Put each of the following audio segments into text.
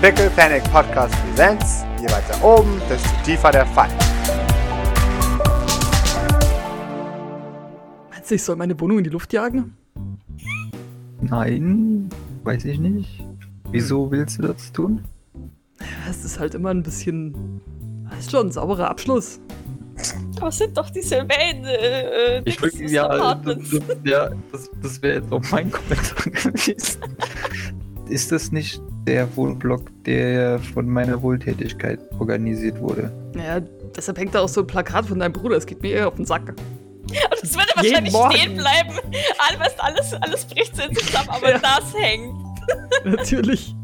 Pickle Panic Podcast Presents. Je weiter oben, desto tiefer der Fall. Meinst du, ich soll meine Wohnung in die Luft jagen? Nein, weiß ich nicht. Wieso willst du das tun? Es ist halt immer ein bisschen. Weißt schon, sauberer Abschluss. Das sind doch diese Wände. Äh, Ich halt Dings würde aus ja, das, Apartments. das, ja, das, das wäre jetzt auch mein Kommentar gewesen. Ist das nicht der Wohnblock, der von meiner Wohltätigkeit organisiert wurde? Naja, deshalb hängt da auch so ein Plakat von deinem Bruder. Es geht mir eher auf den Sack. Das würde Jeden wahrscheinlich Morgen. stehen bleiben. Alles, alles, alles bricht so zusammen, aber Ja. das hängt. Natürlich.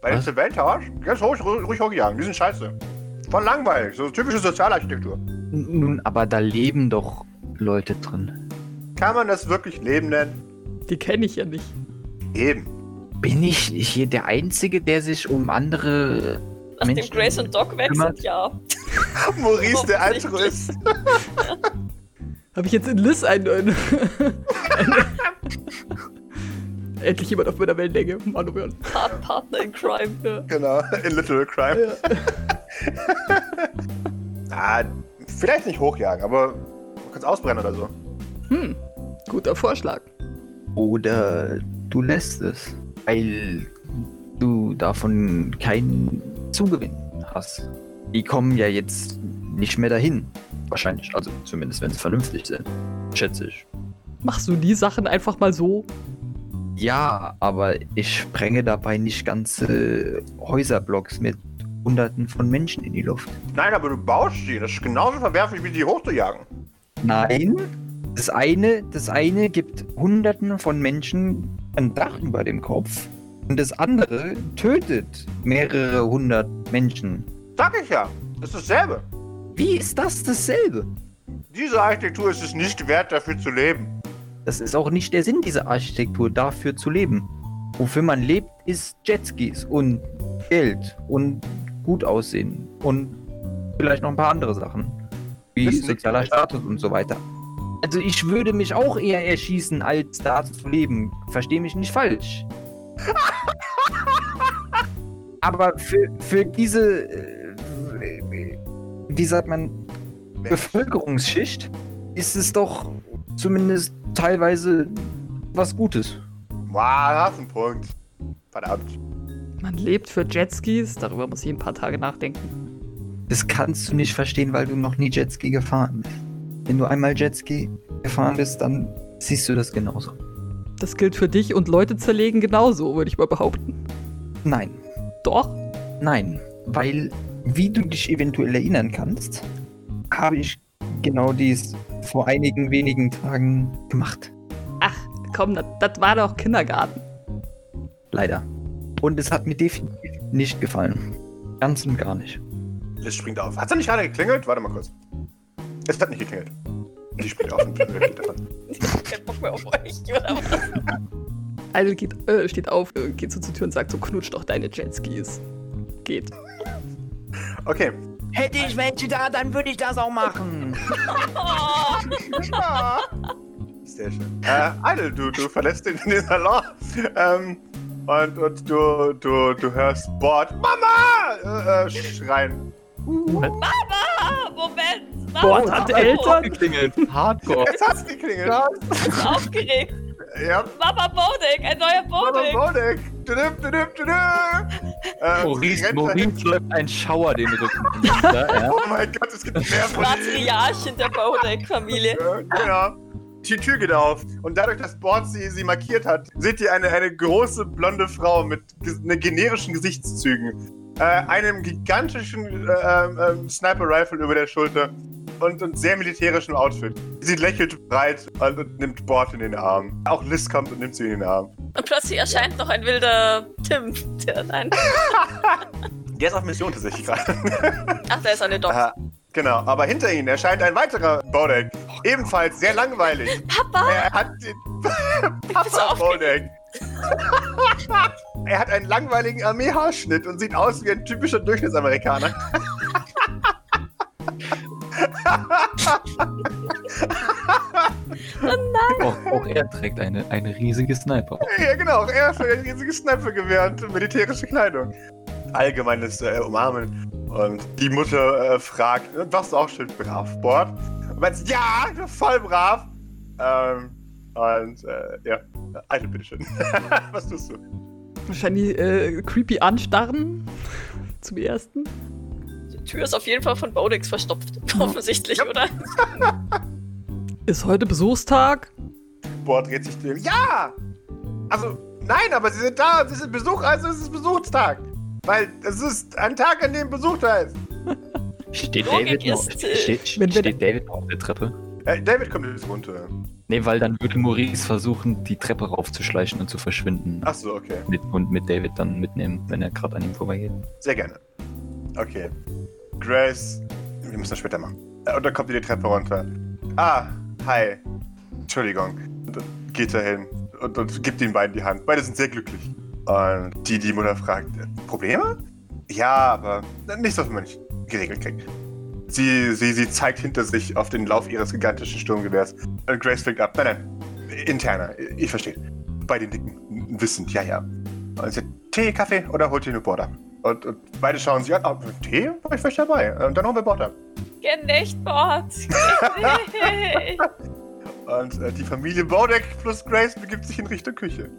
Bei den Was? Silventausch? Ganz ruhig, ruhig ruhig hochgegangen. Die sind scheiße. Voll langweilig. So typische Sozialarchitektur. Nun, aber da leben doch Leute drin. Kann man das wirklich Leben nennen? Die kenne ich ja nicht. Eben. Bin ich hier der Einzige, der sich um andere. Nachdem Menschen- Grace und Doc weg Kümmert. sind, ja. Maurice, der Offensichtlich. Altruist. Habe ich jetzt in Liz einen. einen Endlich jemand auf meiner Wellenlänge. Manuel. Part Partner in Crime. Ja. Genau, in Little Crime. Ja. Ah, vielleicht nicht hochjagen, aber du kannst ausbrennen oder so. Hm, guter Vorschlag. Oder du lässt es, weil du davon keinen Zugewinn hast. Die kommen ja jetzt nicht mehr dahin. Wahrscheinlich. Also zumindest, wenn sie vernünftig sind. Schätze ich. Machst du die Sachen einfach mal so? Ja, aber ich sprenge dabei nicht ganze Häuserblocks mit Hunderten von Menschen in die Luft. Nein, aber du baust die. Das ist genauso verwerflich, wie die hochzujagen. Nein, das eine, das eine gibt Hunderten von Menschen ein Dach über dem Kopf und das andere tötet mehrere hundert Menschen. Sag ich ja. Das ist dasselbe. Wie ist das dasselbe? Diese Architektur ist es nicht wert, dafür zu leben. Das ist auch nicht der Sinn dieser Architektur, dafür zu leben. Wofür man lebt, ist Jetskis und Geld und gut aussehen und vielleicht noch ein paar andere Sachen, wie Wissen Sie- sozialer Status und so weiter. Also ich würde mich auch eher erschießen, als da zu leben. Verstehe mich nicht falsch. Aber für, für diese, äh, wie sagt man, Bevölkerungsschicht ist es doch zumindest teilweise was Gutes. Wow, hast einen Punkt. Verdammt. Man lebt für Jetskis. Darüber muss ich ein paar Tage nachdenken. Das kannst du nicht verstehen, weil du noch nie Jetski gefahren bist. Wenn du einmal Jetski gefahren bist, dann siehst du das genauso. Das gilt für dich und Leute zerlegen genauso, würde ich mal behaupten. Nein, Doch. nein, weil wie du dich eventuell erinnern kannst, habe ich genau dies vor einigen wenigen Tagen gemacht. Ach, komm, das war doch Kindergarten. Leider. Und es hat mir definitiv nicht gefallen. Ganz und gar nicht. Liz springt auf. Hat's da nicht gerade geklingelt? Warte mal kurz. Es hat nicht geklingelt. Sie springt auf und geht davon. Ich hab keinen Bock mehr auf euch. Oder? Also geht, äh, steht auf, äh, geht so zur Tür und sagt so, knutsch doch deine Jetskis. Geht. Okay. Hätte ich welche da, dann würde ich das auch machen. Oh, Ah. Sehr schön. Äh, Adel, du, du verlässt den, den Salon. Ähm, und, und du, du, du hörst Bord Mama! Äh, äh, schreien. ah, Moment. Mama, Boah, hat Eltern? Geklingelt. Hardcore. Es hat's geklingelt. ist aufgeregt. Ja, Mama Bodek, ein neuer Mama Bodek. Bodek. Tudum, tudum, tudum. Äh, sie Maurice, rennt dahin. Oh, Maurice läuft ein Schauer den Rücken. runter, ja. Oh mein Gott, es gibt mehr von ihm. Patriarch in der Bodek-Familie. Äh, Genau. Die Tür geht auf und dadurch, dass Bord sie, sie markiert hat, seht ihr eine, eine große blonde Frau mit ge ne generischen Gesichtszügen, äh, einem gigantischen äh, ähm, ähm, Sniper-Rifle über der Schulter und, und sehr militärischen Outfit. Sie lächelt breit und, und nimmt Bord in den Arm. Auch Liz kommt und nimmt sie in den Arm. Und plötzlich erscheint noch ein wilder Tim. Der, nein. Der ist auf Mission tatsächlich gerade. Ach, da ist eine Doc. Äh, genau, aber hinter ihnen erscheint ein weiterer Bodek. Ebenfalls sehr langweilig. Papa! Er hat den bin so Papa aufgeregt. Bodek. er hat einen langweiligen Armeehaarschnitt und sieht aus wie ein typischer Durchschnittsamerikaner. Oh, oh, Auch er trägt eine, eine riesige Sniper. Ja, genau. Er für ein riesiges Snipergewehr und militärische Kleidung. Allgemeines äh, Umarmen. Und die Mutter äh, fragt, "Und warst du auch schön brav, Bord? Und meinst, ja, ich war voll brav. Ähm, und äh, ja, Eitel, bitteschön. Was tust du? Wahrscheinlich äh, creepy anstarren. Zum ersten. Die Tür ist auf jeden Fall von Bodix verstopft. Offensichtlich, oder? Ist heute Besuchstag? Bord dreht sich zu ihm. Ja! Also, nein, aber sie sind da, sie sind Besuch, also es ist Besuchstag. Weil es ist ein Tag, an dem Besuch da ist. Steht Logan David, noch, ist, äh, steht, wenn wir- steht David noch auf der Treppe? Äh, David kommt jetzt runter. Nee, weil dann würde Maurice versuchen, die Treppe raufzuschleichen und zu verschwinden. Achso, okay. Mit, und mit David dann mitnehmen, wenn er gerade an ihm vorbeigeht. Sehr gerne. Okay. Grace, wir müssen das später machen. Äh, Und dann kommt ihr die Treppe runter. Ah, hi. Entschuldigung. Und dann geht er hin und, und gibt den beiden die Hand. Beide sind sehr glücklich. Und die, die Mutter fragt, äh, Probleme? Ja, aber nichts, was man nicht geregelt kriegt. Sie, sie, sie zeigt hinter sich auf den Lauf ihres gigantischen Sturmgewehrs. Und Grace fängt ab. Nein, nein. Interner. Ich verstehe. Bei den Dicken. Wissend. Ja, ja. Und sie sagt, Tee, Kaffee oder holt ihr eine Border? Und, und beide schauen sich an, ah, Tee war ich vielleicht dabei. Und dann holen wir Butter. Genecht, Bord! Genecht. Und äh, die Familie Bodek plus Grace begibt sich in Richtung Küche.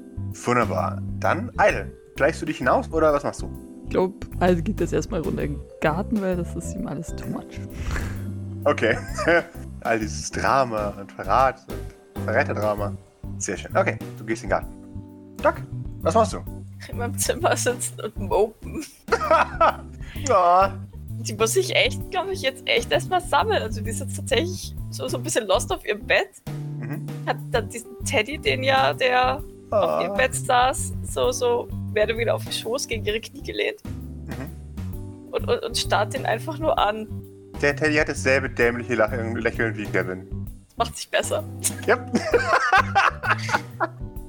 Wunderbar. Dann Eile. Gleichst du dich hinaus oder was machst du? Ich glaube, also geht das erstmal runter in den Garten, weil das ist ihm alles too much. Okay. All dieses Drama und Verrat und Verräterdrama. Sehr schön. Okay, du gehst in den Garten. Doc, was machst du? In meinem Zimmer sitzen und mopen. Ja, Die muss ich echt, glaube ich, jetzt echt erstmal sammeln. Also die ist jetzt tatsächlich so, so ein bisschen lost auf ihrem Bett. Mhm. Ah. Hat dann diesen Teddy, den ja, der auf ihrem Bett saß, so, so mehr oder weniger auf den Schoß gegen ihre Knie gelehnt Mhm. und, und, und starrt ihn einfach nur an. Der Teddy hat dasselbe dämliche Lachen- Lächeln wie Gavin. Macht sich besser. Yep.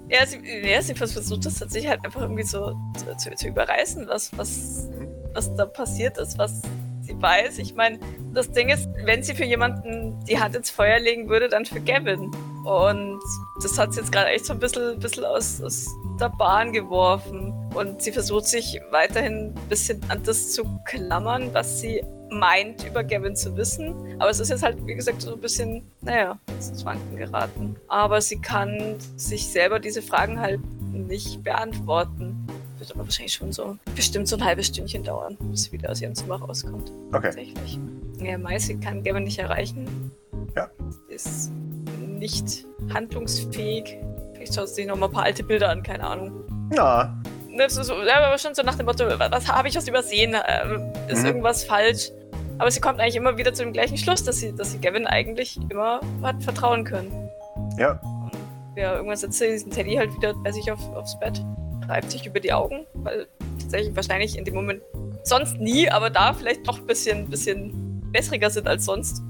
Ja, sie, ja, sie vers- versucht das tatsächlich halt einfach irgendwie so zu, zu, zu überreißen, was, was, was da passiert ist, was sie weiß. Ich meine, das Ding ist, wenn sie für jemanden die Hand ins Feuer legen würde, dann für Gavin. Und das hat sie jetzt gerade echt so ein bisschen, bisschen aus, aus der Bahn geworfen. Und sie versucht sich weiterhin ein bisschen an das zu klammern, was sie meint, über Gavin zu wissen. Aber es ist jetzt halt, wie gesagt, so ein bisschen, naja, ins Wanken geraten. Aber sie kann sich selber diese Fragen halt nicht beantworten. Wird aber wahrscheinlich schon so bestimmt so ein halbes Stündchen dauern, bis sie wieder aus ihrem Zimmer rauskommt. Okay. Tatsächlich. Ja, Maisel kann Gavin nicht erreichen. Ja. Ist nicht handlungsfähig. Vielleicht schaut sie sich nochmal ein paar alte Bilder an, keine Ahnung. Ja. Ne, so, so, ja, aber schon so nach dem Motto, wa- was habe ich was übersehen? Ähm, ist Mhm. irgendwas falsch? Aber sie kommt eigentlich immer wieder zu dem gleichen Schluss, dass sie, dass sie Gavin eigentlich immer hat vertrauen können. Ja. Ja, irgendwann setzt sie diesen Teddy halt wieder bei sich auf, aufs Bett, reibt sich über die Augen, weil tatsächlich wahrscheinlich in dem Moment sonst nie, aber da vielleicht doch ein bisschen, bisschen wässriger sind als sonst.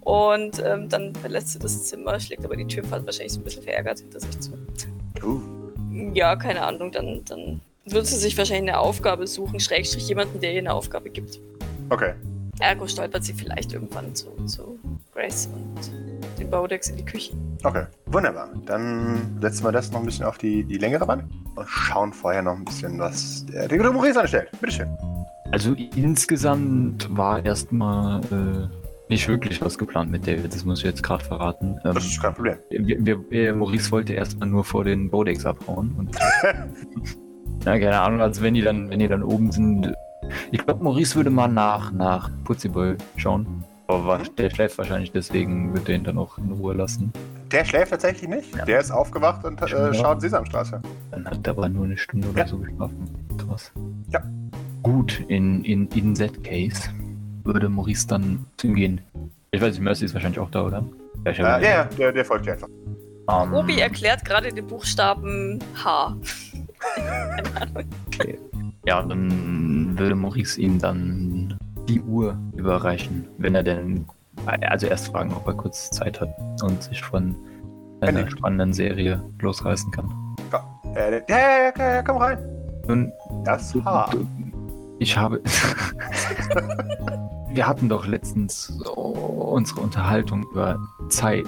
Und ähm, dann verlässt sie das Zimmer, schlägt aber die Tür fast wahrscheinlich so ein bisschen verärgert hinter sich zu. Uh. Ja, keine Ahnung, dann, dann wird sie sich wahrscheinlich eine Aufgabe suchen, Schrägstrich jemanden, der ihr eine Aufgabe gibt. Okay. Ergo stolpert sie vielleicht irgendwann zu, zu Grace und dem Baudex in die Küche. Okay, wunderbar. Dann setzen wir das noch ein bisschen auf die, die längere Bahn und schauen vorher noch ein bisschen, was der gute Maurice anstellt. Bitteschön. Also insgesamt war erstmal äh, nicht wirklich was geplant mit David, das muss ich jetzt gerade verraten. Ähm, Das ist kein Problem. wir, wir, äh, Maurice wollte erstmal nur vor den Bodex abhauen und ja, keine Ahnung, also wenn die dann, wenn die dann oben sind. Ich glaube, Maurice würde mal nach, nach Putziboy schauen. Aber wa- Mhm. der schläft wahrscheinlich, deswegen wird er ihn dann auch in Ruhe lassen. Der schläft tatsächlich nicht. Der ist aufgewacht und äh, Ja. schaut Sesamstraße. Dann hat er aber nur eine Stunde oder Ja. so geschlafen. Krass. Ja. Gut, in, in, in that case würde Maurice dann zu ihm gehen. Ich weiß nicht, Mercy ist wahrscheinlich auch da, oder? Ja, ich Äh, ja, ja, der, der folgt dir einfach. Ähm, Obi erklärt gerade den Buchstaben H. Ja, dann würde Maurice ihm dann die Uhr überreichen, wenn er denn. Also erst fragen, ob er kurz Zeit hat und sich von einer Henning. spannenden Serie losreißen kann. Äh, der, ja, ja, ja, ja, ja, komm rein. Nun, Das Haar. ich habe. Wir hatten doch letztens unsere Unterhaltung über Zeit.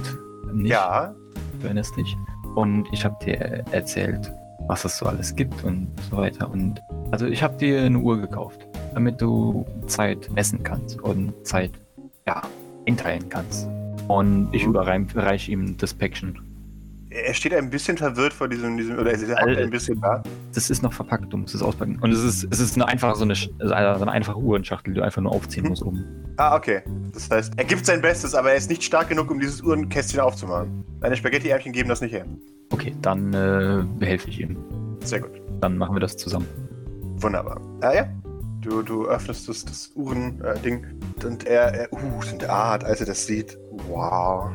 Nicht? Ja, du erinnerst dich. Und ich habe dir erzählt, was es so alles gibt und so weiter. Und also ich habe dir eine Uhr gekauft, damit du Zeit messen kannst und Zeit, ja, einteilen kannst. Und ich überreiche ihm das Päckchen. Er steht ein bisschen verwirrt vor diesem, diesem oder er hockt Alter. ein bisschen da. Das ist noch verpackt, du musst es auspacken. Und es ist, es ist eine einfache, so eine, Sch- so eine einfache Uhrenschachtel, die du einfach nur aufziehen musst oben. Ah, okay. Das heißt, er gibt sein Bestes, aber er ist nicht stark genug, um dieses Uhrenkästchen aufzumachen. Deine Spaghetti-Ärmchen geben das nicht her. Okay, dann äh, helfe ich ihm. Sehr gut. Dann machen wir das zusammen. Wunderbar. Ah, ja. Du, du öffnest das, das Uhren-Ding und er, er, uh, und ah, als er das sieht, wow.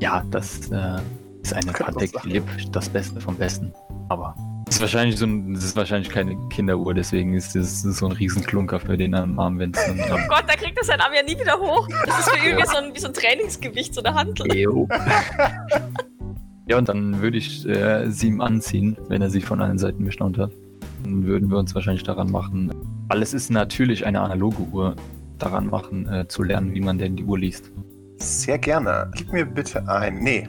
Ja, das äh, ist eine Könnte man Patek sagen. Philipp, das Beste vom Besten. Aber es ist wahrscheinlich so ein, es ist wahrscheinlich keine Kinderuhr, deswegen ist das so ein Riesenklunker für den am Arm, wenn es dann Oh Gott, da kriegt er seinen Arm ja nie wieder hoch. Das ist für ihn wie so ein, wie so ein Trainingsgewicht, so eine Handel. Ew. Ja, und dann würde ich äh, sie ihm anziehen, wenn er sie von allen Seiten bestaunt hat. Dann würden wir uns wahrscheinlich daran machen, weil es ist natürlich eine analoge Uhr, daran machen, äh, zu lernen, wie man denn die Uhr liest. Sehr gerne. Gib mir bitte ein. Nee.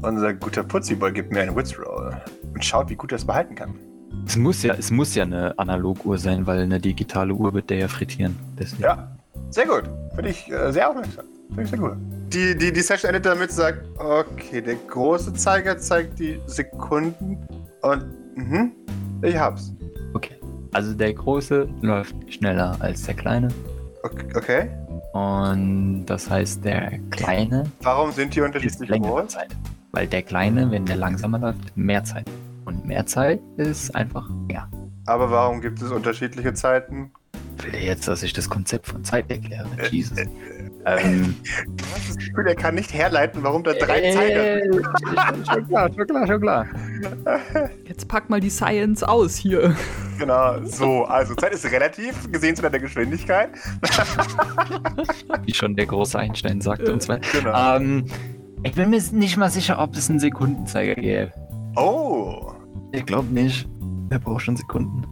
Unser guter Putziboy gibt mir einen Witzroll und schaut, wie gut er es behalten kann. Es muss ja, es muss ja eine Analoguhr sein, weil eine digitale Uhr wird der ja frittieren. Deswegen. Ja, sehr gut. Finde ich äh, sehr aufmerksam. Finde ich sehr gut. Die, die, die Session endet damit, sagt, okay, der große Zeiger zeigt die Sekunden und mhm, ich hab's. Okay. Also der große läuft schneller als der kleine. Okay. okay. Und das heißt, der kleine Warum sind die ist unterschiedlich längere groß? Zeit. Weil der kleine, wenn der langsamer läuft, mehr Zeit. Und mehr Zeit ist einfach mehr. Aber warum gibt es unterschiedliche Zeiten? Will er jetzt, dass ich das Konzept von Zeit erkläre? Jesus. ähm, Du hast das Gefühl, er kann nicht herleiten, warum da drei Zeiger sind. schon klar, schon klar, schon klar. Jetzt pack mal die Science aus hier. Genau, so. Also Zeit ist relativ, gesehen zu deiner Geschwindigkeit. Wie schon der große Einstein sagte und zwar. Genau. Ähm, ich bin mir nicht mal sicher, ob es einen Sekundenzeiger gäbe. Oh. Ich glaube nicht. Er braucht schon Sekunden.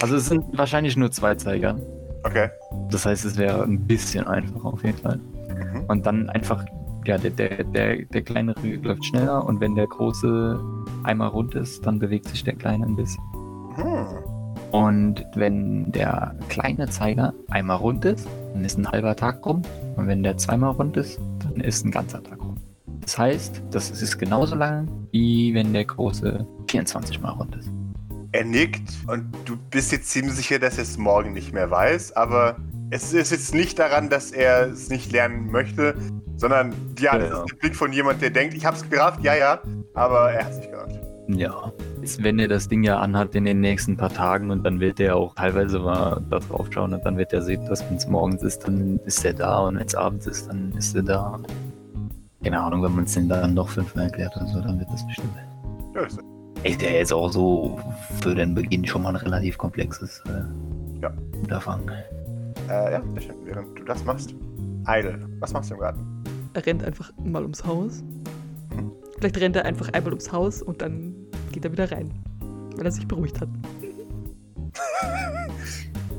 Also es sind wahrscheinlich nur zwei Zeiger. Okay. Das heißt, es wäre ein bisschen einfacher auf jeden Fall. Mhm. Und dann einfach, ja, der, der, der, der kleinere läuft schneller und wenn der große einmal rund ist, dann bewegt sich der kleine ein bisschen. Hm. Und wenn der kleine Zeiger einmal rund ist, dann ist ein halber Tag rum. Und wenn der zweimal rund ist, dann ist ein ganzer Tag rum. Das heißt, das ist genauso lang, wie wenn der große 24 mal rund ist. Er nickt und du bist jetzt ziemlich sicher, dass er es morgen nicht mehr weiß, aber es ist jetzt nicht daran, dass er es nicht lernen möchte, sondern ja, Ja, das ja. ist der Blick von jemand, der denkt, ich hab's gerafft, ja, ja, aber er hat's nicht gerafft. Ja. Ist, wenn er das Ding ja anhat in den nächsten paar Tagen und dann wird er auch teilweise mal da drauf schauen und dann wird er sehen, dass wenn es morgens ist, dann ist er da und wenn es abends ist, dann ist er da. Keine Ahnung, wenn man es denn dann noch fünfmal erklärt oder so, dann wird das bestimmt. Ja, ist- Ist ja jetzt auch so für den Beginn schon mal ein relativ komplexes äh, Ja. Unterfangen. Äh, ja, sehr schön. Während du das machst, Idle, was machst du im Garten? Er rennt einfach mal ums Haus. Mhm. Vielleicht rennt er einfach einmal ums Haus und dann geht er wieder rein. Weil er sich beruhigt hat.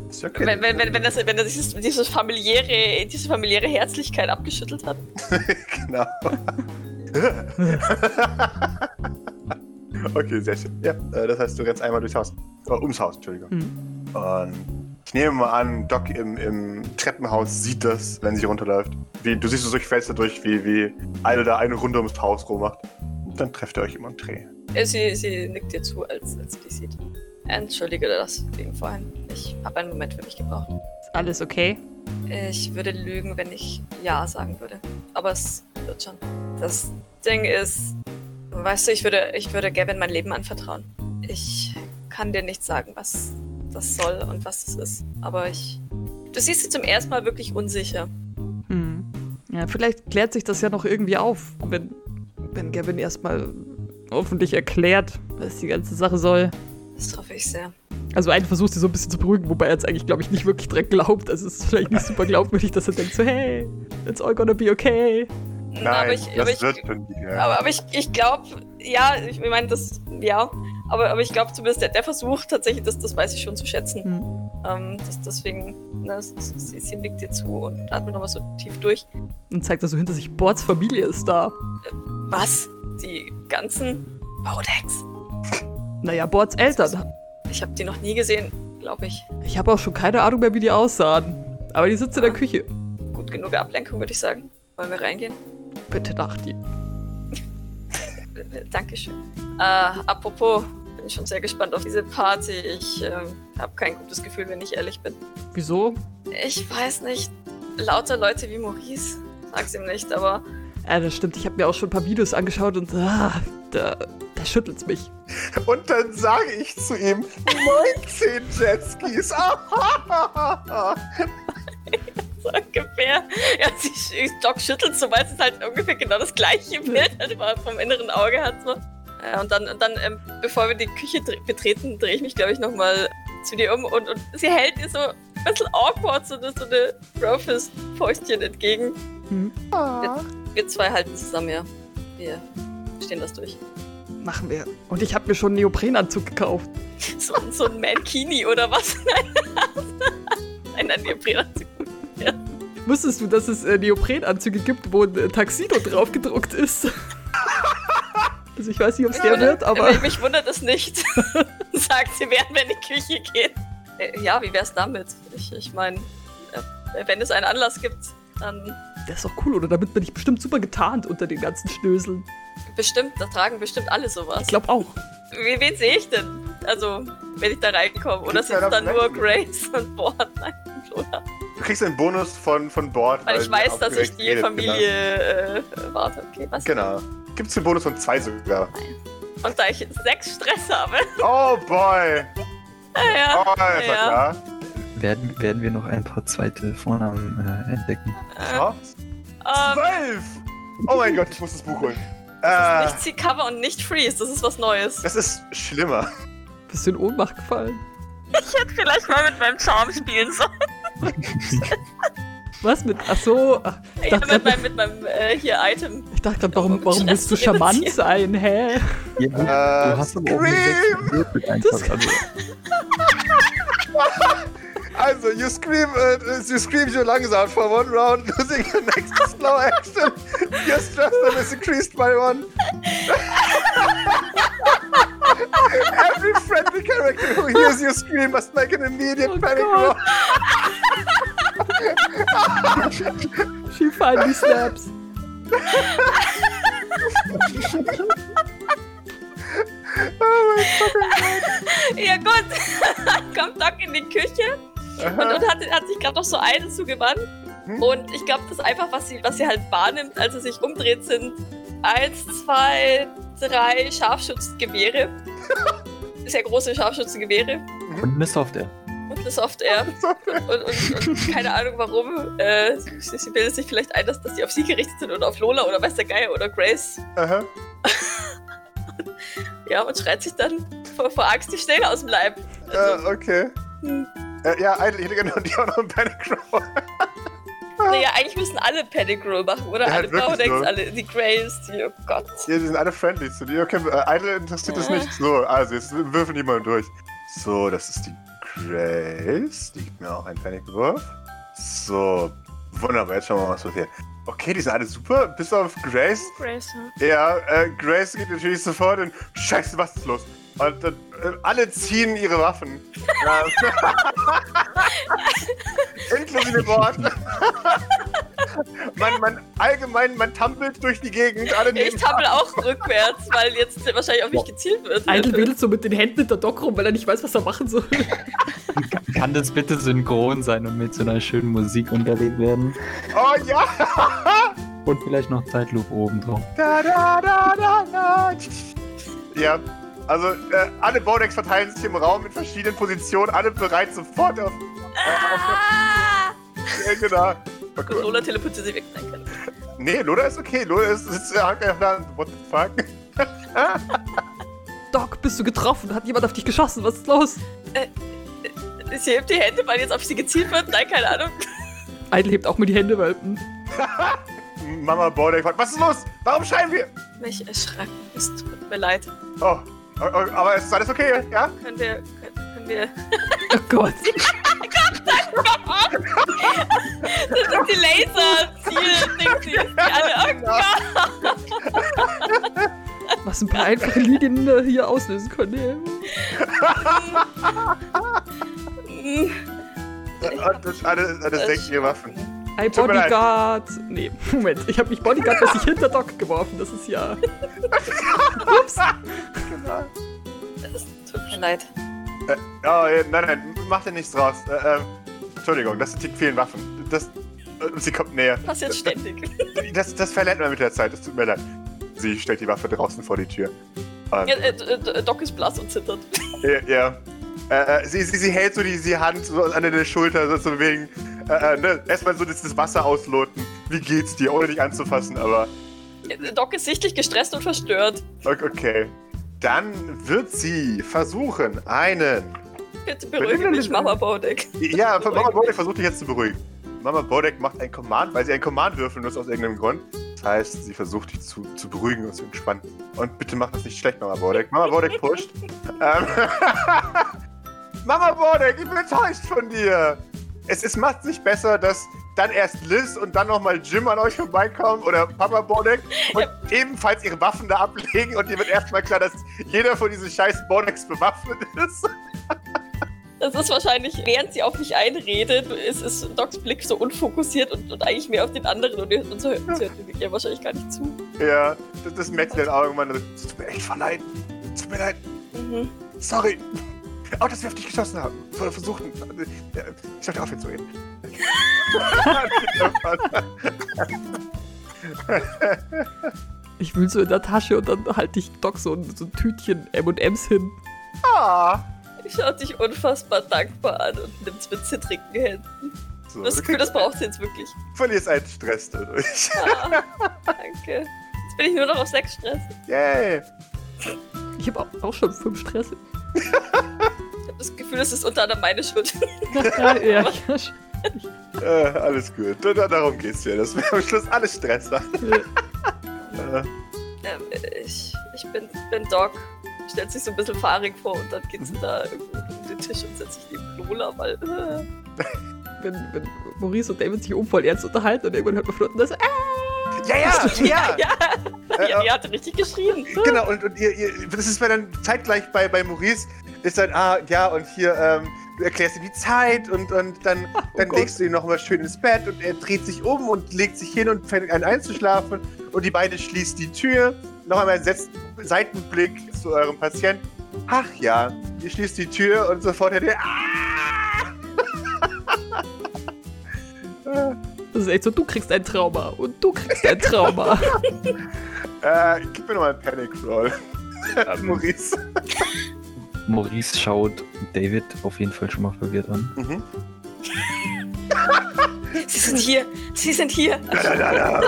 Ist ja okay. Wenn, wenn, wenn, wenn, das, wenn er dieses, dieses familiäre, diese familiäre Herzlichkeit abgeschüttelt hat. genau. okay, sehr schön. Ja, äh, das heißt, du rennst einmal durchs Haus. Oh, ums Haus, Entschuldigung. Mhm. Hm. Und ich nehme mal an, Doc im, im Treppenhaus sieht das, wenn sie runterläuft. Wie, du siehst es durch Fenster durch, wie, wie eine da eine Runde ums Haus rummacht. Und dann trefft ihr euch im Entree. Äh, Sie, sie nickt dir zu, als, als sie dich sieht. Entschuldige das wegen vorhin. Ich habe einen Moment für mich gebraucht. Ist alles okay? Ich würde lügen, wenn ich Ja sagen würde. Aber es wird schon. Das Ding ist, weißt du, ich würde, ich würde Gavin mein Leben anvertrauen. Ich kann dir nicht sagen, was das soll und was das ist. Aber ich. Du siehst sie zum ersten Mal wirklich unsicher. Hm. Ja, vielleicht klärt sich das ja noch irgendwie auf, wenn, wenn Gavin erstmal hoffentlich erklärt, was die ganze Sache soll. Das hoffe ich sehr. Also einen versucht sie so ein bisschen zu beruhigen, wobei er jetzt eigentlich, glaube ich, nicht wirklich dran glaubt. Also es ist vielleicht nicht super glaubwürdig, dass er denkt so, hey, it's all gonna be okay. Nein, Nein, das ich, wird von dir. aber, aber ich, ich glaube, ja, ich meine, das, ja. Aber, aber ich glaube zumindest, der, der Versuch tatsächlich, das, das weiß ich schon zu schätzen. Hm. Ähm, das, deswegen, ne, sie, sie sie nickt dir zu und atmet nochmal so tief durch. also Und zeigt er so hinter sich, Bords Familie ist da. Was? die ganzen Bodex. Naja, Bords Eltern. Ich habe die noch nie gesehen, glaube ich. Ich habe auch schon keine Ahnung mehr, wie die aussahen. Aber die sitzen in der Küche. Gut genug Ablenkung, würde ich sagen. Wollen wir reingehen? Bitte nach die. Äh, Dankeschön. Äh, apropos, bin schon sehr gespannt auf diese Party. Ich ähm, habe kein gutes Gefühl, wenn ich ehrlich bin. Wieso? Ich weiß nicht. Lauter Leute wie Maurice. Sag's ihm nicht, aber Ja, das stimmt. Ich habe mir auch schon ein paar Videos angeschaut und ah, da, da schüttelt's mich. Und dann sage ich zu ihm, 19 Jetskis. Ah. so ungefähr. Ja, sie sch- Doc schüttelt so, weil es halt ungefähr genau das gleiche Bild halt war vom inneren Auge hat. So. Äh, Und dann, und dann ähm, bevor wir die Küche dre- betreten, drehe ich mich, glaube ich, nochmal zu dir um und, und sie hält dir so ein bisschen awkward so, eine- so eine Rufus-Fäustchen entgegen. Hm. Wir zwei halten zusammen, ja. Wir stehen das durch. Machen wir. Und ich habe mir schon einen Neoprenanzug gekauft. So, so ein Mankini oder was? Nein, nein, nein, wir Breda Wusstest du, dass es äh, Neoprenanzüge gibt, wo ein äh, Taxido drauf gedruckt ist? also ich weiß nicht, ob es der wird, aber Mich wundert es nicht. Sagt, sie werden wir in die Küche gehen. Äh, ja, wie wär's damit? Ich, ich meine, äh, wenn es einen Anlass gibt, dann das ist doch cool, oder? Damit bin ich bestimmt super getarnt unter den ganzen Schnöseln. bestimmt, da tragen bestimmt alle sowas. Ich glaube auch. Wie, wen sehe ich denn? Also, wenn ich da reinkomme. Oder Kriegst du sind es einen dann auf nur den Grace und Bord? Nein, und Lola. Du kriegst einen Bonus von, von Bord. Weil ich du weiß, dass ich aufgeregt die redest, Familie äh, warte. Okay, was? Genau. genau. Gibt's einen Bonus von zwei sogar. Und da ich sechs Stress habe. Oh boy. ja, Oh, ist Ja. ja. Werden, werden wir noch ein paar zweite Vornamen äh, entdecken. äh, klar. ähm, Zwölf! Oh mein Gott, ich muss das Buch holen. Äh, Das ist nicht C-Cover und nicht Freeze, das ist was Neues. das ist schlimmer. Bist du in Ohnmacht gefallen? Vielleicht mal mit meinem Charme spielen sollen. Was mit. Ach so. ach, Ich Ja, dachte mit gerade, meinem, mit meinem äh, hier Item. ich dachte grad, warum, warum willst du charmant sein? Hä? Ja, du, Äh, du hast aber auch eine Scream! sechste Würfel einfach. Also, Also, you scream, uh, you scream so langsam for one round, losing your next slow action. Your stress level is increased by one. Every friendly character who hears you scream must make an immediate Oh panic Gott. roll. She finally snaps. Oh mein fucking Ja gut, kommt Doc in die Küche Gott. und, Aha. und hat, hat sich gerade noch so einen zugewandt. Und ich glaube, das ist einfach, was sie, was sie halt wahrnimmt, als sie sich umdreht, sind eins, zwei, drei Scharfschützengewehre. Sehr große Scharfschützengewehre und eine Software. und eine Soft-Air. Und, und, und keine Ahnung warum. Äh, sie, sie bildet sich vielleicht ein, dass, dass die auf sie gerichtet sind oder auf Lola oder weiß der Geier oder Grace. Aha. Ja, und schreit sich dann vor, vor Angst die Stelle aus dem Leib. Also, Äh, okay. Hm. Äh, ja, eigentlich hätte ich gerne die auch noch einen Panic Roll. naja, eigentlich müssen alle Panic Roll machen, oder? Ja, alle wirklich ne? Baudex, so. alle die Grace, die, oh Gott. Ja, die sind alle friendly zu dir. Okay, äh, Idle interessiert es Ja. nicht. So, also jetzt würfeln die mal durch. So, das ist die Grace. Die gibt mir auch einen Panikwurf. So, wunderbar. Jetzt schauen wir mal, was passiert. Okay, die sind alle super, bis auf Grace. Grace, ja. Ja, äh, Grace geht natürlich sofort in Scheiße, was ist los? Und dann, äh, alle ziehen ihre Waffen. Ja. Inklusive Bord. man, man, allgemein, man tampelt durch die Gegend, alle Ich nehmen tappel auch rückwärts, weil jetzt wahrscheinlich auf mich gezielt wird. Äh, Eitel wedelt so mit den Händen hinter Doc rum, weil er nicht weiß, was er machen soll. Kann das bitte synchron sein und mit so einer schönen Musik unterlegt werden? Oh ja! Und vielleicht noch Zeitloop oben drauf. Da, da, da, da, da. Ja, also äh, alle Bodex verteilen sich im Raum in verschiedenen Positionen, alle bereit sofort auf. Ah! Äh, genau. Oh, Gut, cool. Lola teleportiert sie weg. Nein, keine. Nee, Lola ist okay. Lola ist, ist ja, hat ja da. What the fuck? Doc, bist du getroffen? Hat jemand auf dich geschossen? Was ist los? Sie hebt die Hände, weil jetzt auf sie gezielt wird. Nein, keine Ahnung. Eitel hebt auch mal die Hände, weil. hm, Mama Bodex fragt, was ist los? Warum schreien wir? Mich erschreckt. Es tut mir leid. Oh, oh, oh, aber es ist alles okay, ja? Können wir. Können, können wir. Oh Gott. Das sind die Laser-Ziel-Dings, die alle. Oh Gott! Was ein paar einfache Linien äh, hier auslösen können. Ja. Hm, Und das alles, alles das- sechsjährige Waffen. Ein Tut mir leid. Bodyguard. Nee, Moment. Ich habe mich Bodyguard mäßig hinter Doc geworfen. Das ist ja. Ups. Genau. das tut mir leid. Ja, äh, nein, nein, mach dir nichts draus. Äh, ähm, Entschuldigung, das sind die vielen Waffen. Das, äh, sie kommt näher. Passiert ständig. Das, das verlernt man mit der Zeit, es tut mir leid. Sie stellt die Waffe draußen vor die Tür. Ähm, Ja, äh, äh, Doc ist blass und zittert. Ja, ja. Äh, äh, sie, sie, sie hält so die, die Hand so an der Schulter, so zu wegen. Äh, äh, ne? Erstmal so das, das Wasser ausloten. Wie geht's dir? Ohne dich anzufassen, aber. Äh, Doc ist sichtlich gestresst und verstört. ok- Okay. Dann wird sie versuchen, einen. Bitte Bitte, beruhige mich, bitte. Mama Bodek. Ja, Mama Bodek versucht dich jetzt zu beruhigen. Mama Bodek macht ein Command, weil sie ein Command würfeln muss aus irgendeinem Grund. Das heißt, sie versucht dich zu, zu beruhigen und zu entspannen. Und bitte mach das nicht schlecht, Mama Bodek. Mama Bodek pusht. ähm, Mama Bodek, ich bin enttäuscht von dir. Es, es macht nicht besser, dass dann erst Liz und dann nochmal Jim an euch vorbeikommen oder Papa Bodek und ebenfalls ihre Waffen da ablegen und ihr wird erstmal klar, dass jeder von diesen scheiß Bodeks bewaffnet ist. Das ist wahrscheinlich, während sie auf mich einredet, ist, ist Docs Blick so unfokussiert und, und eigentlich mehr auf den anderen und, und so hört sie hört ja wahrscheinlich gar nicht zu. Ja, das, das merkt ihr dann auch irgendwann. Es tut mir echt verleid. Es tut mir leid. Mhm. Sorry. Auch, dass wir auf dich geschossen haben. Oder versuchten. Also, Ja, Ich sollte aufhören zu reden. Ich wühl so in der Tasche und dann halte ich Doc so ein, so ein Tütchen MMs hin. ah. Schaut dich unfassbar dankbar an und nimmt's mit zittrigen Händen. So, Das du Gefühl, kriegst- das braucht sie jetzt wirklich. verlierst einen Stress dadurch. Ah, danke. Jetzt bin ich nur noch auf sechs Stress. Yay. Ich habe auch, auch schon fünf Stress. Ich habe das Gefühl, das ist unter anderem meine Schuld. ja, ja, ja. Äh, alles gut. Da, da, darum geht's ja. Dass wir am Schluss alle Stress haben. Äh, Ähm, ich, ich bin, bin Doc. Stellt sich so ein bisschen fahrig vor und dann geht sie da irgendwo um den Tisch und setzt sich neben Lola, weil. Äh, Wenn, wenn Maurice und David sich um voll ernst unterhalten und irgendwann hört man flotten das. Äh, ja, ja, ja. ja, Äh, ja, die hat richtig geschrien. Genau, und, und ihr, ihr, das ist mir dann zeitgleich bei, bei Maurice, ist dann, ah, ja, und hier, ähm, du erklärst ihm die Zeit und, und dann, dann Gott. legst du ihn nochmal schön ins Bett und er dreht sich um und legt sich hin und fängt an einzuschlafen und die beiden schließt die Tür. Noch einmal ein Setz- Seitenblick zu eurem Patienten. Ach ja, ihr schließt die Tür und sofort hört ihr, ah! Das ist echt so, du kriegst ein Trauma und du kriegst ein Trauma. äh, gib mir nochmal einen Panic Roll. Maurice. Maurice schaut David auf jeden Fall schon mal verwirrt an. Mhm. Sie sind hier, sie sind hier. Blablabla.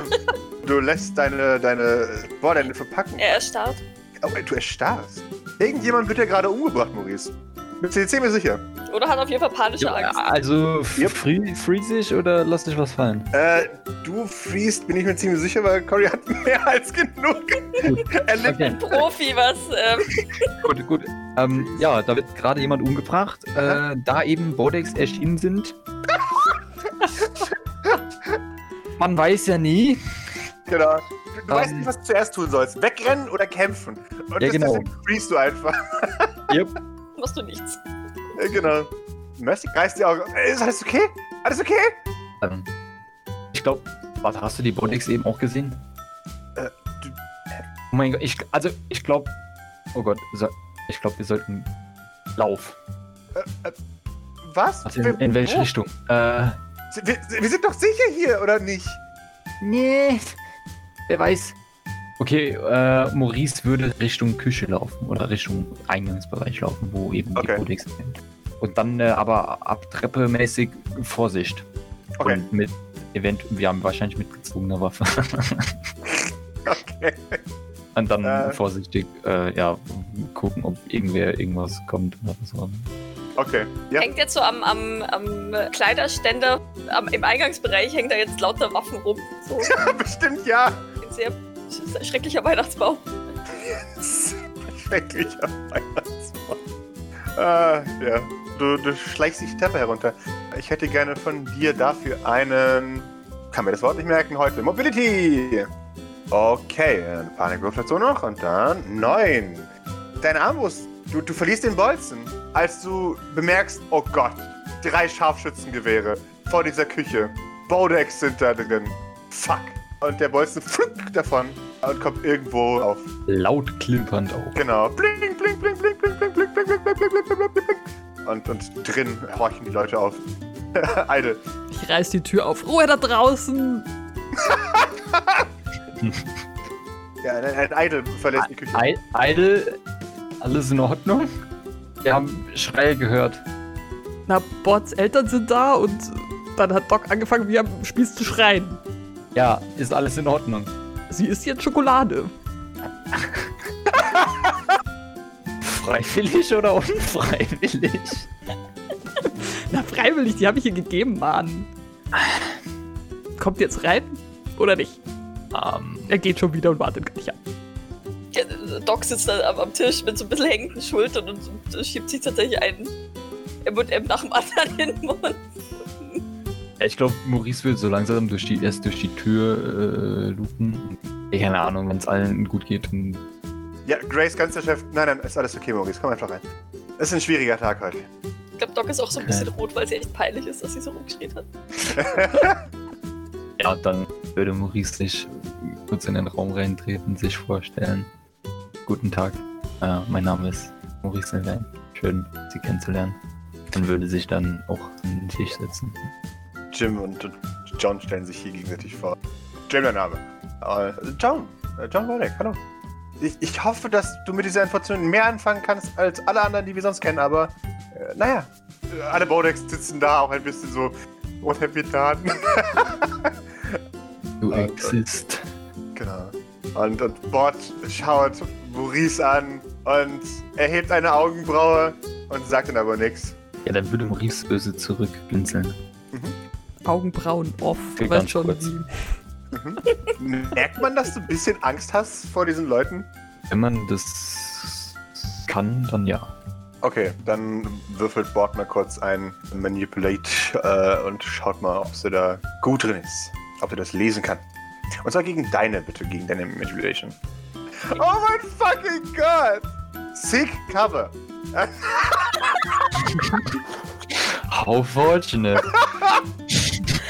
Du lässt deine, deine, boah, deine Verpackung. Er erstarrt. Oh, du erstarrst. Irgendjemand wird ja gerade umgebracht, Maurice. Bist du dir ziemlich sicher? Oder hat auf jeden Fall panische Angst. also Yep. free, freeze ich oder lass dich was fallen? Äh, du friest, bin ich mir ziemlich sicher, weil Cory hat mehr als genug. er lebt Okay, Profi, was? Ähm, gut, gut. Ähm, ja, da wird gerade jemand umgebracht. Äh, da eben Bodex erschienen sind. Man weiß ja nie. genau. Du, du Ähm. weißt nicht, was du zuerst tun sollst. Wegrennen oder kämpfen. Und Ja, das- genau. deswegen friest du einfach. machst du nichts. Ja, genau. Mercy reißt die Augen. Äh, Ist alles okay? Alles okay? Ähm, ich glaube, warte, hast du die Bodex eben auch gesehen? Äh, du- oh mein Gott, ich, also ich glaube, oh Gott, so, ich glaube, wir sollten Lauf. Was? Also in, in welche Wo? Richtung? Äh, Wir, wir sind doch sicher hier, oder nicht? nee, wer weiß. Okay, äh, Maurice würde Richtung Küche laufen oder Richtung Eingangsbereich laufen, wo eben Okay. die Bodex sind. Und dann äh, aber ab Treppe mäßig Vorsicht. Okay. Und mit event wir haben wahrscheinlich mit gezogener Waffe. Okay. Und dann Äh. vorsichtig, äh, ja, gucken, ob irgendwer irgendwas kommt oder so. Okay. Ja. Hängt jetzt so am, am, am äh, Kleiderständer, am, im Eingangsbereich hängt da jetzt lauter Waffen rum. So ein Bestimmt ja. sehr schrecklicher Weihnachtsbaum. Schrecklicher Weihnachtsmann. Ah, ja. Du, du schleichst die Treppe herunter. Ich hätte gerne von dir dafür einen. Kann mir das Wort nicht merken heute. Mobility! Okay, ein Panikwurf dazu noch und dann neun. Dein Armbrust, du, du verlierst den Bolzen, als du bemerkst, oh Gott, drei Scharfschützengewehre vor dieser Küche. Bodex sind da drin. Fuck. Und der Bolzen fliegt davon und kommt irgendwo auf. Laut klimpernd auf. Genau. Bling, bling, bling, bling, bling, bling, bling, bling, bling, bling, bling, bling, bling, bling, bling, bling. Und, und drin horchen die Leute auf. Eide. Ich reiß die Tür auf. Ruhe da draußen! Ja, ein, ein Eide verlässt die Küche. Ei- Idle, alles in Ordnung? Wir haben Schreie gehört. Na, Bots Eltern sind da und dann hat Doc angefangen, wie am Spieß zu schreien. Ja, ist alles in Ordnung. Sie isst jetzt Schokolade. Freiwillig oder unfreiwillig? Na, freiwillig, die habe ich ihr gegeben, Mann. Kommt jetzt rein? Oder nicht? Ähm, Er geht schon wieder und wartet gar nicht ab. Ja, Doc sitzt da am, am Tisch mit so ein bisschen hängenden Schultern und, und schiebt sich tatsächlich einen M&M nach dem anderen in den Mund. ja, ich glaube, Maurice will so langsam durch die, erst durch die Tür äh, lupen. Ja, Keine Ahnung, wenn es allen gut geht. dann- Ja, Grace, ganz der Chef. Nein, nein, ist alles okay, Maurice. Komm einfach rein. Es ist ein schwieriger Tag heute. Ich glaube, Doc ist auch so ein bisschen rot, weil sie echt peinlich ist, dass sie so rumgeschrien hat. Ja, dann würde Maurice sich kurz in den Raum reintreten, sich vorstellen. Guten Tag, äh, mein Name ist Maurice Nivelle. Schön, Sie kennenzulernen. Und würde sich dann auch an den Tisch setzen. Jim und und John stellen sich hier gegenseitig vor. Jim, der Name. Äh, John. Äh, John Bodek, hallo. Ich, ich hoffe, dass du mit dieser Information mehr anfangen kannst als alle anderen, die wir sonst kennen, aber äh, naja. Äh, Alle Bodeks sitzen da auch ein bisschen so unhappy taten. Du Äh, existierst. genau. Und, und Bord schaut Maurice an und erhebt eine Augenbraue und sagt dann aber nichts. Ja, dann würde Maurice böse zurückblinzeln. Augenbrauen off. Geht Weißt ganz schon, kurz. wie- Merkt man, dass du ein bisschen Angst hast vor diesen Leuten? Wenn man das kann, dann ja. Okay, dann würfelt Bord mal kurz ein Manipulate äh, und schaut mal, ob sie da gut drin ist. Ob er das lesen kann. Und zwar gegen deine, bitte, gegen deine Manipulation. Oh mein fucking Gott! Sick Cover! How fortunate.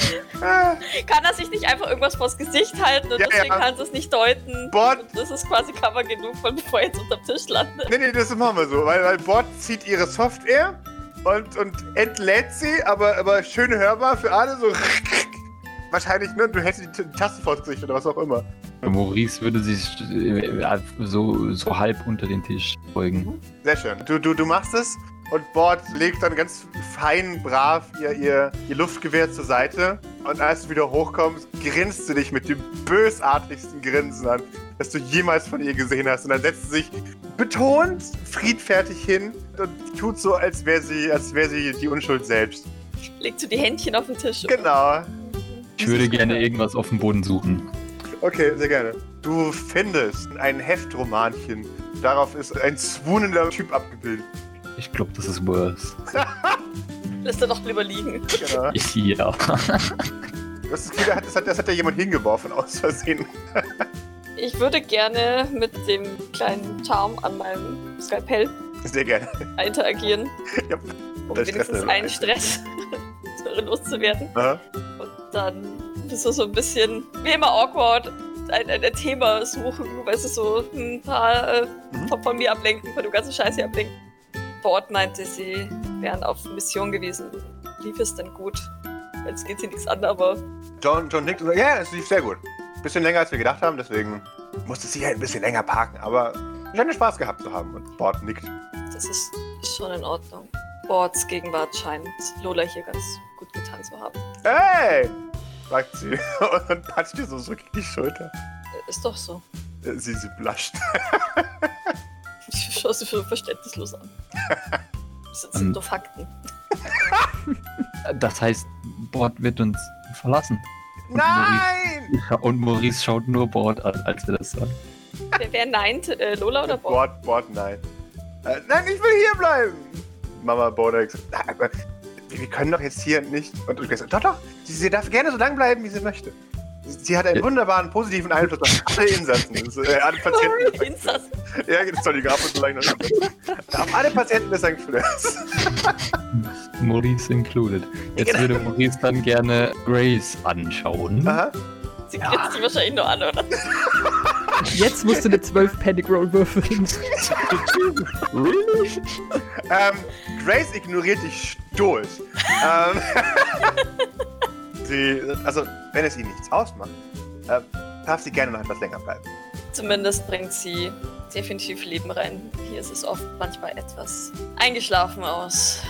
Ah, Kann er sich nicht einfach irgendwas vors Gesicht halten und Ja, deswegen ja. kann sie es nicht deuten? Bord, Und das ist quasi Cover genug, von bevor er jetzt unterm Tisch landet. nee, nee, das machen wir so, weil, weil Bord zieht ihre Software und, und entlädt sie, aber, aber schön hörbar für alle, so. Wahrscheinlich, ne? Du hättest die Taste vor das Gesicht oder was auch immer. Maurice würde sich äh, so, so halb unter den Tisch beugen. Sehr schön. Du, du, du machst es und Bord legt dann ganz fein, brav ihr, ihr, ihr Luftgewehr zur Seite. Und als du wieder hochkommst, grinst sie dich mit dem bösartigsten Grinsen an, das du jemals von ihr gesehen hast. Und dann setzt sie sich betont friedfertig hin und tut so, als wäre sie, als wäre sie die Unschuld selbst. Legt so die Händchen auf den Tisch. Genau. Ich würde gerne irgendwas auf dem Boden suchen. Okay, sehr gerne. Du findest ein Heftromanchen. Darauf ist ein swoonender Typ abgebildet. Ich glaube, das ist worse. Lässt er doch lieber liegen. Genau. Ja. Das, ist- das, hat, das hat ja jemand hingeworfen aus Versehen. Ich würde gerne mit dem kleinen Charm an meinem Skalpell Sehr gerne. interagieren, Ja. um Das wenigstens Treffen. einen Stress loszuwerden. Aha. Und dann bist du so ein bisschen, wie immer awkward, ein, ein, ein Thema suchen, weißt du, so ein paar äh, Mhm. von, von mir ablenken, von dem ganzen Scheiß hier ablenken. Dort meinte sie, wären auf Mission gewesen. Lief es denn gut? Jetzt geht sie nichts an, aber John, John nickt und sagt, ja, es lief sehr gut. Bisschen länger, als wir gedacht haben, deswegen musste sie halt ein bisschen länger parken, aber scheint Spaß gehabt zu haben. Und Bord nickt. das ist schon in Ordnung. Bords Gegenwart scheint Lola hier ganz gut getan zu haben. Hey! sagt sie und patscht dir so zurück in die Schulter. Äh, Ist doch so. Äh, Sie, sie blusht. Ich schaue sie für verständnislos an. Das sind Ähm. nur Fakten. Das heißt, Bord wird uns verlassen. Nein! Und Maurice schaut nur Bord an, als er das sagt. Wer, wer neint? Äh, Lola oder Bord? Bord, Bord, nein. Äh, nein, ich will hier bleiben! Mama Bordex. "Na, aber Wir wir können doch jetzt hier nicht. Und, und Grace sagt, doch, doch, sie, sie darf gerne so lang bleiben, wie sie möchte. Sie hat einen Ja. wunderbaren positiven Einfluss auf alle Insassen. Das ist, äh, alle Sorry, Patienten. Insassen. Ja, das soll die Grafen vielleicht noch. Auf alle Patienten des St. Fleurs. Maurice included. Jetzt Genau. würde Maurice dann gerne Grace anschauen. Aha. Sie grinst die wahrscheinlich nur an, oder? Jetzt musst du eine 12 Panic Roll würfeln. Ähm, Grace ignoriert dich stoisch. ähm, sie, also, wenn es ihr nichts ausmacht, äh, darf sie gerne noch etwas länger bleiben. Zumindest bringt sie definitiv Leben rein. Hier ist es oft manchmal etwas eingeschlafen aus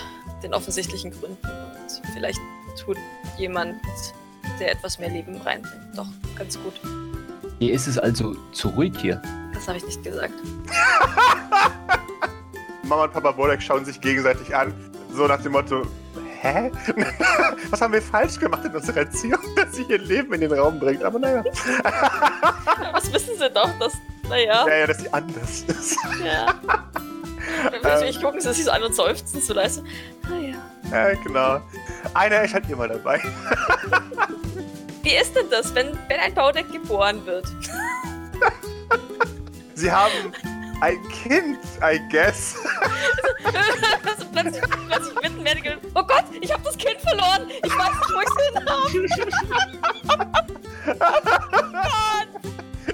den offensichtlichen Gründen. Und vielleicht tut jemand, der etwas mehr Leben reinbringt, doch ganz gut. Hier ist es also zu ruhig hier. Das habe ich nicht gesagt. Mama und Papa Bolek schauen sich gegenseitig an, so nach dem Motto: Hä? Was haben wir falsch gemacht in unserer Erziehung, dass sie ihr Leben in den Raum bringt? Aber naja, Was wissen sie doch, dass, naja, naja, dass sie anders ist. ja. Natürlich gucken sie sich so an und seufzen zu leise. Ah Naja. ja, genau. Einer ist halt immer dabei. Wie ist denn das, wenn, wenn ein Baudeck geboren wird? Sie haben ein Kind, I guess. also plötzlich, plötzlich mitten werde Oh Gott, ich habe das Kind verloren. Ich weiß nicht, wo ich es hin habe.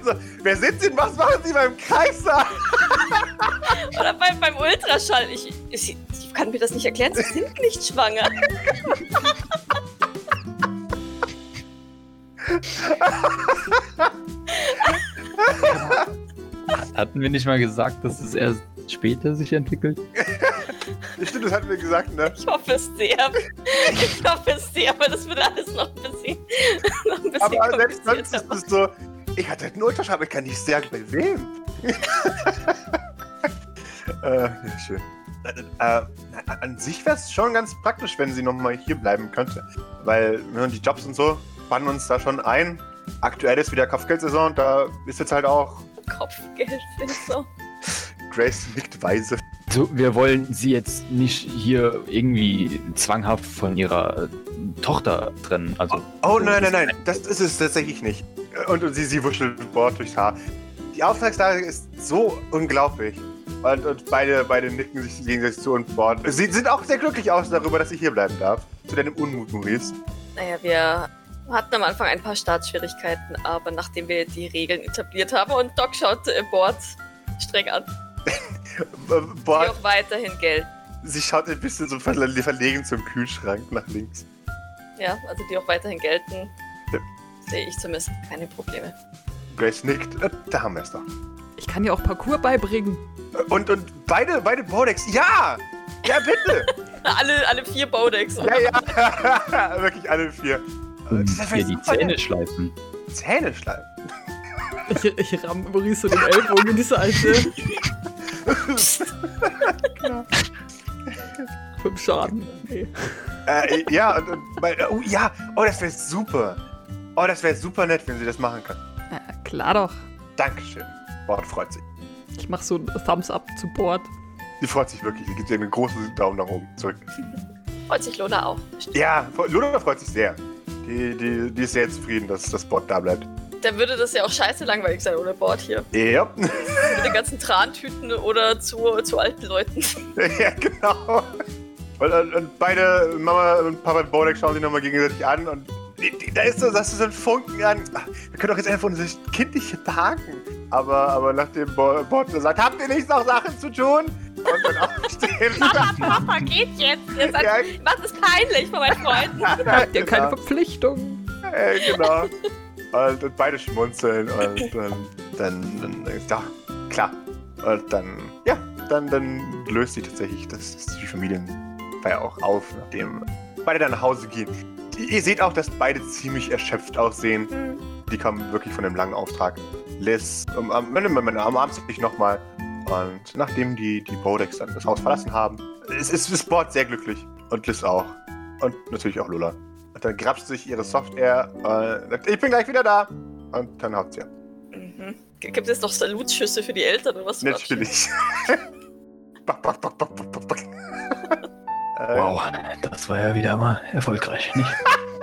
So, wer sind Sie? Was machen Sie beim Kreissaal? Oder beim, beim Ultraschall. Ich, ich, ich kann mir das nicht erklären. Sie sind nicht schwanger. Hatten wir nicht mal gesagt, dass es erst später sich entwickelt? Stimmt, das hatten wir gesagt, ne? Ich hoffe es sehr. Ich hoffe es sehr, aber das wird alles noch ein bisschen, noch ein bisschen Aber selbst sonst komplizierter. ist es so, ich hatte einen Ultraschall, aber ich kann nicht sagen, bei wem. äh, ja, schön. Äh, Äh, an sich wäre es schon ganz praktisch, wenn sie nochmal hier bleiben könnte. Weil ne, die Jobs und so spannen uns da schon ein. Aktuell ist wieder Kopfgeldsaison, da ist jetzt halt auch Kopfgeld sind so. Grace nickt weise. So, wir wollen sie jetzt nicht hier irgendwie zwanghaft von ihrer äh, Tochter trennen. Also, Oh nein, nein, nein, das ist es tatsächlich nicht. Und, und sie, sie wuschelt Bord durchs Haar. Die Auftragslage ist so unglaublich. Und, und beide, beide nicken sich gegenseitig zu und Bord. Sie sind auch sehr glücklich aus darüber, dass ich hier bleiben darf. Zu deinem Unmut, Maurice. Naja, wir hatten am Anfang ein paar Startschwierigkeiten, aber nachdem wir die Regeln etabliert haben und Doc schaut äh, Bord streng an, Äh, die Bord, auch weiterhin Geld. sie schaut ein bisschen so verle- verlegen zum Kühlschrank nach links. Ja, also die auch weiterhin gelten, Ja. sehe ich zumindest keine Probleme. Grace nickt. Äh, Da haben wir es doch. Ich kann dir auch Parcours beibringen. Äh, Und, und beide, beide Bordex. Ja! Ja, bitte! Alle, alle vier Bodecks. ja, ja. Wirklich alle vier. Äh, um das ist hier die super, Zähne schleifen. ja. Zähne schleifen. Ich, ich ramm Maurice so den Ellbogen in diese alte. Fünf Schaden. Nee. Äh, ja, und, und bei, oh, ja, oh, das wäre super. Oh, das wäre super nett, wenn sie das machen können. Na, klar doch. Dankeschön. Bord freut sich. Ich mach so ein Thumbs up zu Bord. Sie freut sich wirklich. Sie gibt dir einen großen Daumen nach oben zurück. Freut sich Lona auch. Ja, Luna freut sich sehr. Die, die, die ist sehr zufrieden, dass das Bord da bleibt. Da würde das ja auch scheiße langweilig sein ohne Bord hier. Ja, Mit den ganzen Trantüten oder zu, zu alten Leuten. ja genau. Und, und, und beide, Mama und Papa Bodek schauen sich nochmal gegenseitig an und die- die- da ist so, das ist so ein Funken an. Ach, Wir können doch jetzt einfach unser Kind nicht behaken. Aber, aber nachdem Bo- Bord so sagt, habt ihr nicht noch Sachen zu tun? Und dann aufstehen. Papa, geht jetzt. Ihr seid, Ja. genau. macht es peinlich vor meinen Freunden. Habt ihr keine Verpflichtung? Äh, genau. Und, und beide schmunzeln und dann, dann, dann, dann ja, klar. Und dann, ja, dann, dann löst sich tatsächlich das, das die Familienfeier auch auf, nachdem beide dann nach Hause gehen. Die- Ihr seht auch, dass beide ziemlich erschöpft aussehen. Die kamen wirklich von einem langen Auftrag. Liz um, um, umarmt sich nochmal. Und nachdem die, die Bodex dann das Haus verlassen haben, ist, ist, ist Bord sehr glücklich. Und Liz auch. Und natürlich auch Lola. Und dann grapscht sich ihre Software äh, sagt, ich bin gleich wieder da. Und dann haut sie ab. Mhm. Gibt es noch Salutschüsse für die Eltern oder was? Natürlich. back, back, back, back, back, back, back. Äh, Wow, das war ja wieder mal erfolgreich, nicht?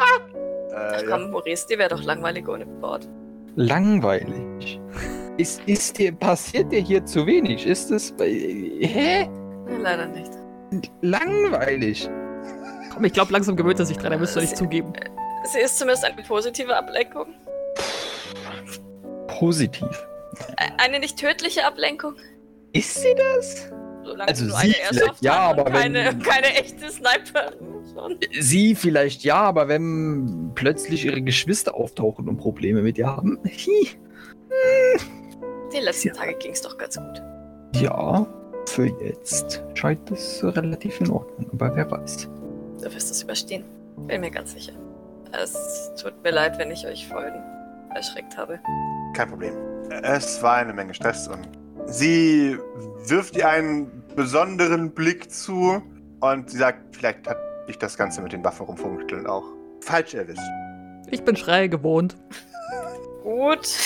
Ach Äh, komm, ja. Maurice, die wäre doch langweilig ohne Bord. Langweilig. Ist, ist dir, passiert dir hier zu wenig? Ist es. äh, Hä? Ja, leider nicht. Langweilig. Komm, ich glaube, langsam gewöhnt er sich dran, er müsste nicht zugeben. Sie ist zumindest eine positive Ablenkung. Positiv. Ä- Eine nicht tödliche Ablenkung. Ist sie das? Solange Also du nur sie eine vielleicht, Airsoft ja, hat und aber wenn- keine, keine echte Sniper. Schon. Sie vielleicht ja, aber wenn plötzlich ihre Geschwister auftauchen und Probleme mit ihr haben. Hi. Die letzten Tage ging es doch ganz gut. Ja, für jetzt scheint es relativ in Ordnung, aber wer weiß. Du wirst es überstehen. Bin mir ganz sicher. Es tut mir leid, wenn ich euch vorhin erschreckt habe. Kein Problem. Es war eine Menge Stress und sie wirft ihr einen besonderen Blick zu und sie sagt, vielleicht hat ich das Ganze mit den Waffen rumfunkeln auch falsch erwischt. Ich bin Schreie gewohnt. Gut.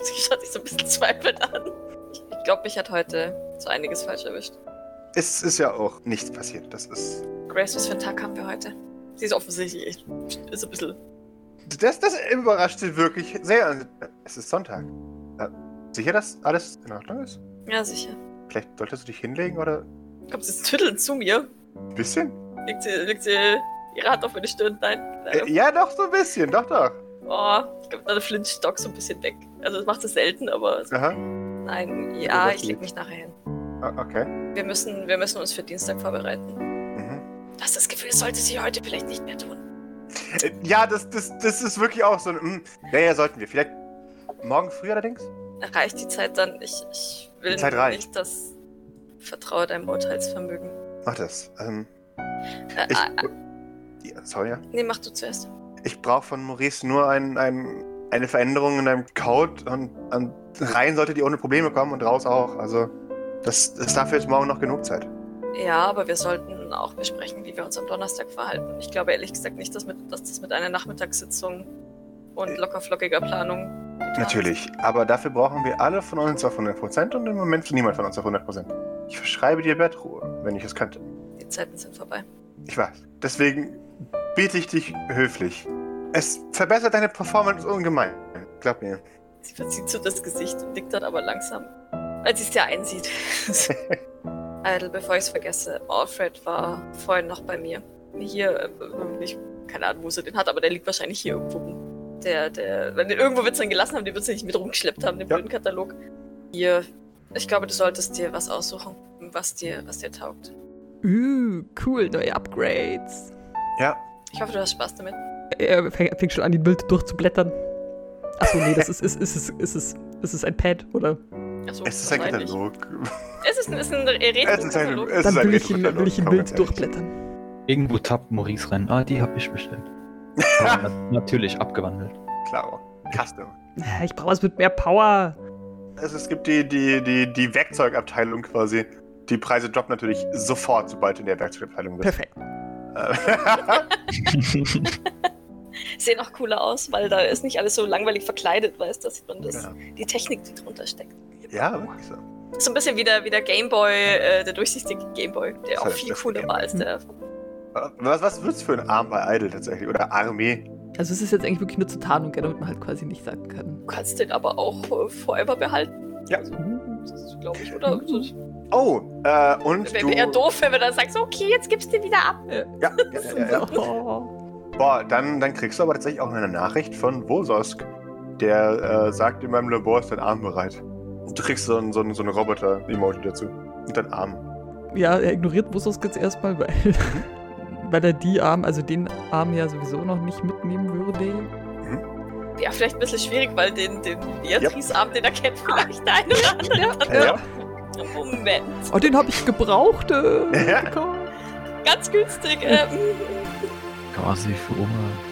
Sie schaut sich so ein bisschen zweifelnd an. Ich glaube, mich hat heute so einiges falsch erwischt. Es ist ja auch nichts passiert. Das ist. Grace, was für einen Tag haben wir heute? Sie ist offensichtlich ist ein bisschen. Das, das überrascht sie wirklich sehr. Es ist Sonntag. Äh, sicher, dass alles in Ordnung ist? Ja, sicher. Vielleicht solltest du dich hinlegen oder Kommt sie tüttelnd zu mir? ein bisschen? Legt sie, legt sie ihre Hand auf meine Stirn? Nein. Äh, ja, doch, so ein bisschen. Doch, doch. Oh, ich glaube, da flincht Stock so ein bisschen weg. Also, das macht es selten, aber. Aha. Nein, ja, ich leg mich nachher hin. Ah, Okay. Wir müssen, wir müssen uns für Dienstag vorbereiten. Mhm. Das, das Gefühl sollte sie heute vielleicht nicht mehr tun. Äh, Ja, das, das, das ist wirklich auch so ein. mm. Ja, ja, sollten wir. Vielleicht morgen früh allerdings? Reicht die Zeit dann? Ich, ich will Die Zeit reicht. nicht, dass. Vertraue deinem Urteilsvermögen. Mach das. Ähm, Äh, ich, ah, ja, sorry, ja. nee, mach du zuerst. Ich brauche von Maurice nur ein, ein, eine Veränderung in deinem Code und, und rein solltet ihr ohne Probleme kommen und raus auch. Also, das, das dafür ist morgen noch genug Zeit. Ja, aber wir sollten auch besprechen, wie wir uns am Donnerstag verhalten. Ich glaube ehrlich gesagt nicht, dass, mit, dass das mit einer Nachmittagssitzung und lockerflockiger Planung. getan ist. Natürlich. Aber dafür brauchen wir alle von uns auf 100% und im Moment ist niemand von uns auf 100%. Ich verschreibe dir Bettruhe, wenn ich es könnte. Die Zeiten sind vorbei. Ich weiß. Deswegen bitte ich dich höflich. Es verbessert deine Performance ungemein. Glaub mir. Sie verzieht so das Gesicht und nickt dann aber langsam, als sie es ja einsieht. Idle, bevor ich es vergesse, Alfred war vorhin noch bei mir. Hier, äh, ich, keine Ahnung, wo sie den hat, aber der liegt wahrscheinlich hier irgendwo rum. Der, der, wenn den irgendwo wird sie ihn gelassen haben, den wird sie nicht mit rumgeschleppt haben, den Ja. blöden Katalog. Hier, ich glaube, du solltest dir was aussuchen, was dir, was dir taugt. Üh, cool, neue Upgrades. Ja, Ich hoffe, du hast Spaß damit. Er fängt fängt schon an, die Bilder durchzublättern. Achso, nee, das ist, ist, ist, ist, ist, ist, ist es ein Pad, oder? Achso, es ist ein wahrscheinlich. Katalog. Es ist, ein- es ist ein Retro. Es ist ein, es Dann ist ein will ich, ihn, Retro-Katalog, will ich ein komm, Bild ganz ehrlich. durchblättern. Irgendwo tappt Maurice rein. Ah, die habe ich bestellt. Aber na- natürlich abgewandelt. Klaro. Custom. Ja, Äh, Ich brauche was mit mehr Power. Also es gibt die, die, die, die Werkzeugabteilung quasi. Die Preise droppen natürlich sofort, sobald du in der Werkzeugabteilung bist. Perfekt. Äh, Sehen auch cooler aus, weil da ist nicht alles so langweilig verkleidet, weißt du, dass man das, Ja. die Technik, die drunter steckt. Äh, ja, wirklich so. So ein bisschen wie der, wie der Gameboy, äh, der durchsichtige Gameboy, der Das auch heißt, viel das cooler war als der. Was, was wird's für ein Arm bei Idol tatsächlich? Oder Armee? Also es ist jetzt eigentlich wirklich nur zur Tarnung, gell, damit man halt quasi nicht sagen kann. Du kannst den aber auch äh, forever behalten. Ja. Also, das glaube ich, oder? So, Oh, äh, und Wäre du... eher doof, wenn wir dann sagst, okay, jetzt gibst du den wieder ab. Ja, ja, ja, ja, ja. Oh. Boah, dann, dann kriegst du aber tatsächlich auch eine Nachricht von Wososk. Der äh, sagt, in meinem Labor ist dein Arm bereit. Und du kriegst so einen so einen- so einen Roboter-Emoji dazu. Und dein Arm. Ja, er ignoriert Bussos jetzt erstmal, weil, Mhm. weil er die Arm, also den Arm ja sowieso noch nicht mitnehmen würde. Ja, vielleicht ein bisschen schwierig, weil den, den Beatrice-Arm, den erkennt vielleicht der eine oder andere. Ja. Moment. Oh, den habe ich gebraucht. Äh, Ja. bekommen. Ganz günstig. Ähm, Quasi für Oma.